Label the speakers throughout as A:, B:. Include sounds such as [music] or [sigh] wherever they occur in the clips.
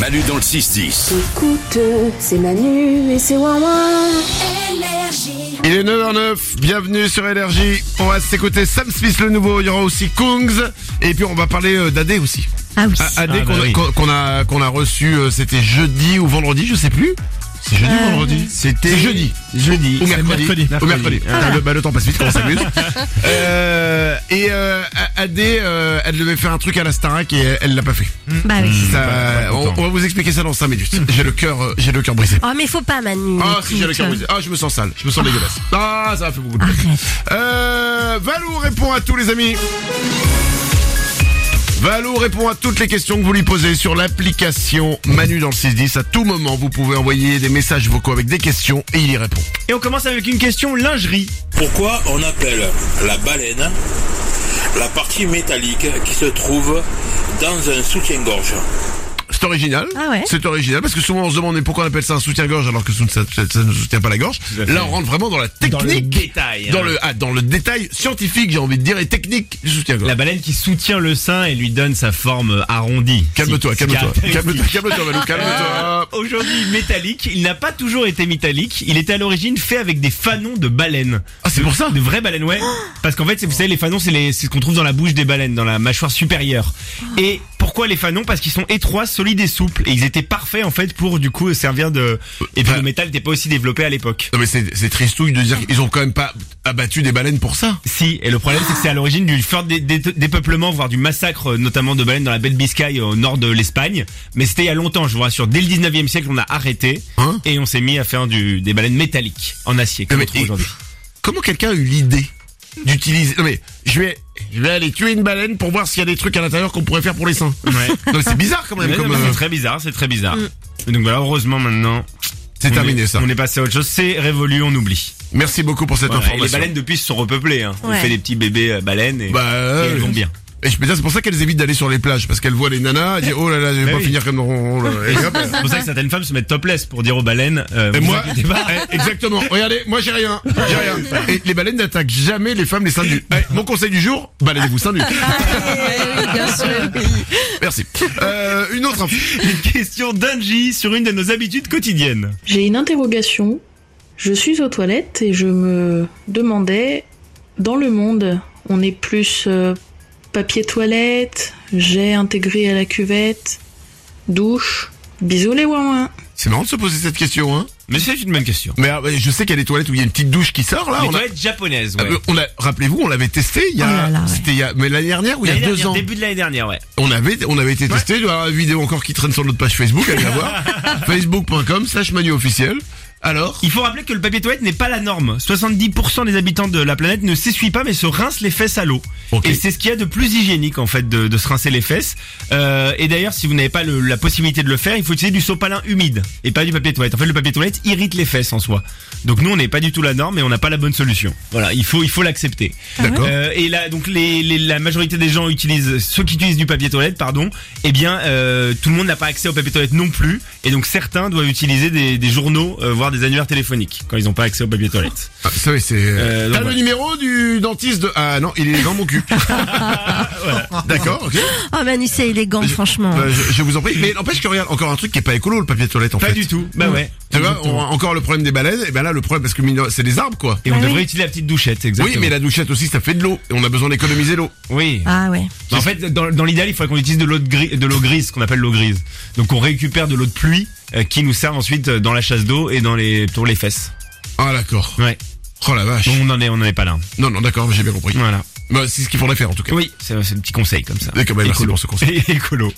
A: Manu dans le 6-10.
B: Écoute, c'est Manu et c'est Wawa.
C: Il est 9h09, bienvenue sur Énergie. On va s'écouter Sam Smith le nouveau, il y aura aussi Kungs et puis on va parler euh, d'AD aussi.
D: Ah oui.
C: A- AD
E: Ah,
C: qu'on
E: bah
C: a-
E: oui.
C: qu'on qu'on a, qu'on a reçu, euh, c'était jeudi ou vendredi, je sais plus. C'est jeudi ou vendredi
E: C'était
C: C'est jeudi.
E: jeudi.
C: Ou mercredi.
E: mercredi.
C: Ou mercredi. Putain, le, bah, le temps passe vite quand on s'amuse. Euh, et euh, AD, euh, elle devait faire un truc à la Starac et euh, elle l'a pas fait.
D: Bah oui.
C: Hmm. Ça, on, on va vous expliquer ça dans 5
D: [laughs]
C: minutes. J'ai le cœur, euh, j'ai le cœur brisé.
D: Oh mais faut pas Manu.
C: Ah, si j'ai le cœur
D: écoute. euh.
C: brisé. Ah, je me sens sale. Je me sens dégueulasse. Ah, ça m'a fait beaucoup de peine. Euh, Valou répond à tous les amis. Valou répond à toutes les questions que vous lui posez sur l'application Manu dans le 610. À tout moment, vous pouvez envoyer des messages vocaux avec des questions et il y répond.
E: Et on commence avec une question lingerie.
F: Pourquoi on appelle la baleine la partie métallique qui se trouve dans un soutien-gorge
C: C'est original.
D: Ah ouais
C: C'est original parce que souvent on se demande mais pourquoi on appelle ça un soutien-gorge alors que ça, ça- ça ne soutient pas la gorge.
E: à fait.
C: Là, on rentre vraiment dans la technique.
E: Dans le détail, hein.
C: Dans le, ah, dans le détail scientifique, j'ai envie de dire, et technique du soutien-gorge.
E: La baleine qui soutient le sein et lui donne sa forme arrondie.
C: Calme-toi,
E: Si-
C: calme-toi.
E: caractéristique.
C: Calme-toi, calme-toi, Valou,
E: [laughs] Euh.
C: calme-toi.
E: Aujourd'hui métallique, il n'a pas toujours été métallique. Il était à l'origine fait avec des fanons de baleine.
C: Ah, c'est pour ça
E: De vraies baleines, ouais. Parce qu'en fait, c'est- vous savez, les fanons, c'est les- c'est ce qu'on trouve dans la bouche des baleines, dans la mâchoire supérieure. Et pourquoi les fanons Parce qu'ils sont étroits, solides et souples. Et ils étaient parfaits, en fait, pour, du coup, servir de... Et puis
C: Bah.
E: le métal n'était pas aussi développé à l'époque.
C: Non mais c'est c'est tristouille de dire qu'ils ont quand même pas abattu des baleines pour ça.
E: Si, et le problème c'est que c'est à l'origine du fort dé- dé- dépeuplement, voire du massacre, euh, notamment de baleines dans la baie de Biscaye au nord de l'Espagne. Mais c'était il y a longtemps, je vous rassure. Dès le 19e siècle, on a arrêté
C: Hein
E: et on s'est mis à faire du, des baleines métalliques en acier
C: Non,
E: comme
C: mais
E: on trouve
C: et-
E: aujourd'hui.
C: Comment quelqu'un a eu l'idée d'utiliser... Non mais je vais, je vais aller tuer une baleine pour voir s'il y a des trucs à l'intérieur qu'on pourrait faire pour les seins.
E: Ouais.
C: Non mais c'est bizarre quand même.
E: Mais non,
C: comme,
E: mais
C: euh,
E: C'est très bizarre, c'est très bizarre. Et Donc voilà, heureusement maintenant.
C: C'est
E: on
C: terminé
E: est-
C: ça.
E: On est passé à autre chose, c'est révolu, on oublie.
C: Merci beaucoup pour cette
E: Voilà, et les
C: information.
E: baleines depuis se sont repeuplées. Hein. On
D: Ouais.
E: fait des petits bébés euh, baleines et,
C: Bah,
E: et
C: euh,
E: elles vont bien.
C: Et je peux dire, c'est pour ça qu'elles évitent d'aller sur les plages, parce qu'elles voient les nanas, elles disent, oh là là, je vais
E: Bah
C: pas
E: oui.
C: finir comme dans... Et
E: [laughs]
C: hop.
E: C'est pour ça que certaines femmes se mettent topless pour dire aux baleines. euh,
C: Et
E: vous
C: moi,
E: inquiétez pas.
C: [laughs] Eh, exactement. Regardez, moi j'ai rien, j'ai
E: [laughs]
C: rien.
E: Eh
C: Et les baleines n'attaquent jamais les femmes les seins nus. Eh, mon conseil du jour, baladez-vous
D: [laughs]
C: seins nus.
D: Ah,
C: [laughs] Merci. Euh, une autre info.
E: Une question d'Angie sur une de nos habitudes quotidiennes.
G: J'ai une interrogation. Je suis aux toilettes et je me demandais, dans le monde, on est plus euh, papier toilette, j'ai intégré à la cuvette, douche, bisous les wouin.
C: C'est marrant de se poser cette question, hein.
E: Mais c'est une bonne question.
C: Mais euh, je sais qu'il y a des toilettes où il y a une petite douche qui sort là. Ah,
E: Les
C: on a-
E: toilettes japonaises, ouais.
C: Euh, on l'a, rappelez-vous, on l'avait testé il y a,
D: Oh là là, ouais.
C: c'était il y a, mais l'année dernière ou il y a
E: L'année
C: deux
E: dernière,
C: ans,
E: Début de l'année dernière, ouais.
C: on avait, on avait été testé. Il doit y avoir une vidéo encore qui traîne sur notre page Facebook. Allez la voir.
E: [laughs]
C: Facebook.com/slash manu officiel. Alors,
E: Il faut rappeler que le papier toilette n'est pas la norme. 70% des habitants de la planète ne s'essuient pas mais se rincent les fesses à l'eau.
C: Ok.
E: Et c'est ce qu'il y a de plus hygiénique en fait de, de se rincer les fesses. Euh, et d'ailleurs, si vous n'avez pas le- la possibilité de le faire, il faut utiliser du sopalin humide et pas du papier toilette. En fait, le papier toilette irrite les fesses en soi. Donc nous, on n'est pas du tout la norme et on n'a pas la bonne solution. Voilà, il faut il faut l'accepter.
C: D'accord.
E: Euh, et là, donc les, les- la majorité des gens utilisent ceux qui utilisent du papier toilette, pardon. Eh bien, euh, tout le monde n'a pas accès au papier toilette non plus, et donc certains doivent utiliser des, des journaux, euh, voire des annuaires téléphoniques quand ils n'ont pas accès au papier toilette.
C: ah, ça, oui, c'est.
E: Euh, donc,
C: T'as le
E: ouais.
C: numéro du dentiste de. Ah non, il est dans mon cul.
E: [laughs]
C: D'accord. Ok.
D: Oh Manu c'est élégant
C: Je-
D: franchement.
C: Bah, je, je vous en prie. Mais n'empêche que regarde encore un truc qui est pas écolo, le papier toilette en
E: Pas
C: fait.
E: du tout. Bah ouais.
C: Tu vois, on a encore le problème des baleines. Et ben là, le problème parce que mine de rien, c'est des arbres quoi.
E: Et on devrait utiliser la petite douchette, exactement.
C: Oui, mais la douchette aussi, ça fait de l'eau. Et on a besoin d'économiser l'eau.
E: Oui. Bah,
D: Ah ouais.
E: En fait, dans, dans l'idéal, il faudrait qu'on utilise de l'eau de gris- de l'eau grise, ce qu'on appelle l'eau grise. Donc on récupère de l'eau de pluie euh, qui nous sert ensuite euh, dans la chasse d'eau et dans les pour les fesses.
C: Ah d'accord.
E: Ouais.
C: Oh la vache.
E: Donc on en est on en est pas là.
C: Non, non, d'accord, j'ai bien compris.
E: Voilà.
C: Bah, c'est ce qu'il faudrait faire en tout cas.
E: Oui, c'est c'est un petit conseil comme ça.
C: D'accord, bah, merci
E: Écolo.
C: pour ce conseil.
E: [laughs] Écolo.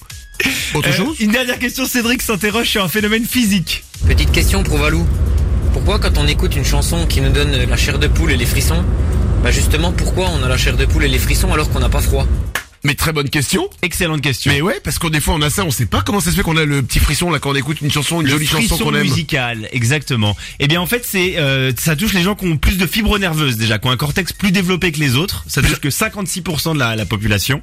C: Autre
E: Euh,
C: chose
E: Une dernière question, Cédric s'interroge sur un phénomène physique.
H: Petite question pour Valou. Pourquoi quand on écoute une chanson qui nous donne la chair de poule et les frissons, bah justement pourquoi on a la chair de poule et les frissons alors qu'on n'a pas froid
C: Mais très bonne question.
E: Excellente question.
C: Mais ouais, parce qu'on des fois on a ça, on sait pas comment ça se fait qu'on a le petit frisson là quand on écoute une chanson, une
E: Le
C: jolie chanson
E: frisson
C: qu'on aime.
E: musical, exactement. Eh bien, en fait, c'est euh, ça touche les gens qui ont plus de fibres nerveuses déjà, qui ont un cortex plus développé que les autres. Ça touche que 56% de la, la population.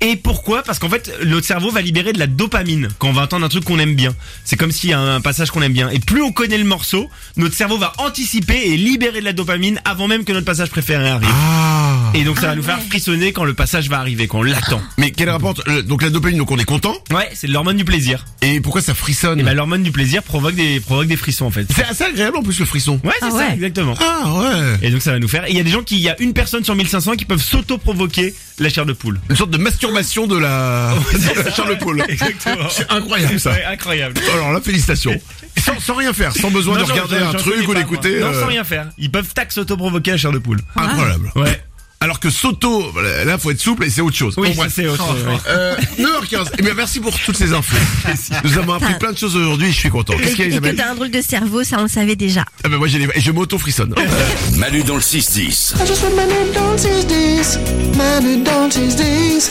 E: Et pourquoi Parce qu'en fait, notre cerveau va libérer de la dopamine quand on va entendre un truc qu'on aime bien. C'est comme s'il y a un passage qu'on aime bien. Et plus on connaît le morceau, notre cerveau va anticiper et libérer de la dopamine avant même que notre passage préféré arrive.
C: Ah.
E: Et donc ça va
D: Ah
E: nous faire
D: ouais.
E: frissonner quand le passage va arriver, quand on l'attend.
C: Mais quel rapport euh, Donc la dopamine, donc on est content.
E: Ouais, c'est l'hormone du plaisir.
C: Et pourquoi ça frissonne
E: Et bah l'hormone du plaisir provoque des provoque des frissons en fait.
C: C'est assez agréable en plus le frisson.
E: Ouais, c'est
D: Ah
E: ça
D: ouais.
E: exactement.
C: Ah ouais.
E: Et donc ça va nous faire. Et il y a des gens qui, il y a une personne sur 1500 qui peuvent s'auto-provoquer la chair de poule.
C: Une sorte de masturbation de la, de la Charles Paul.
E: Exactement.
C: [laughs] C'est incroyable ça.
E: Ouais, incroyable.
C: Alors là,
E: [laughs]
C: félicitations. Sans, sans rien faire, sans besoin
E: Non,
C: de
E: j'en-
C: regarder
E: j'en-
C: un
E: j'en
C: truc
E: connais
C: ou
E: pas,
C: d'écouter.
E: moi. Non,
C: euh,
E: sans rien faire. Ils peuvent tac s'auto-provoquer la chair de poule.
C: Incroyable.
E: Ouais.
C: Alors que Soto, voilà, là, faut être souple et c'est autre chose.
E: Oui,
C: Bon,
E: ça,
C: bref.
E: c'est autre chose. ouais.
C: Euh, 9h15. Eh bien, merci pour toutes ces
E: [laughs]
C: infos. Nous avons appris plein de choses aujourd'hui. Je suis content. Qu'est-ce
D: Et,
C: qu'il y a,
D: et que
C: Isabelle
D: t'as un drôle de cerveau, ça on le savait déjà.
C: Ah ben moi, j'ai les... et je m'auto
E: [laughs]
C: frissonne.
F: Manu dans le 6-10.
A: I just want Manu Dantes this. Manu Dantes this.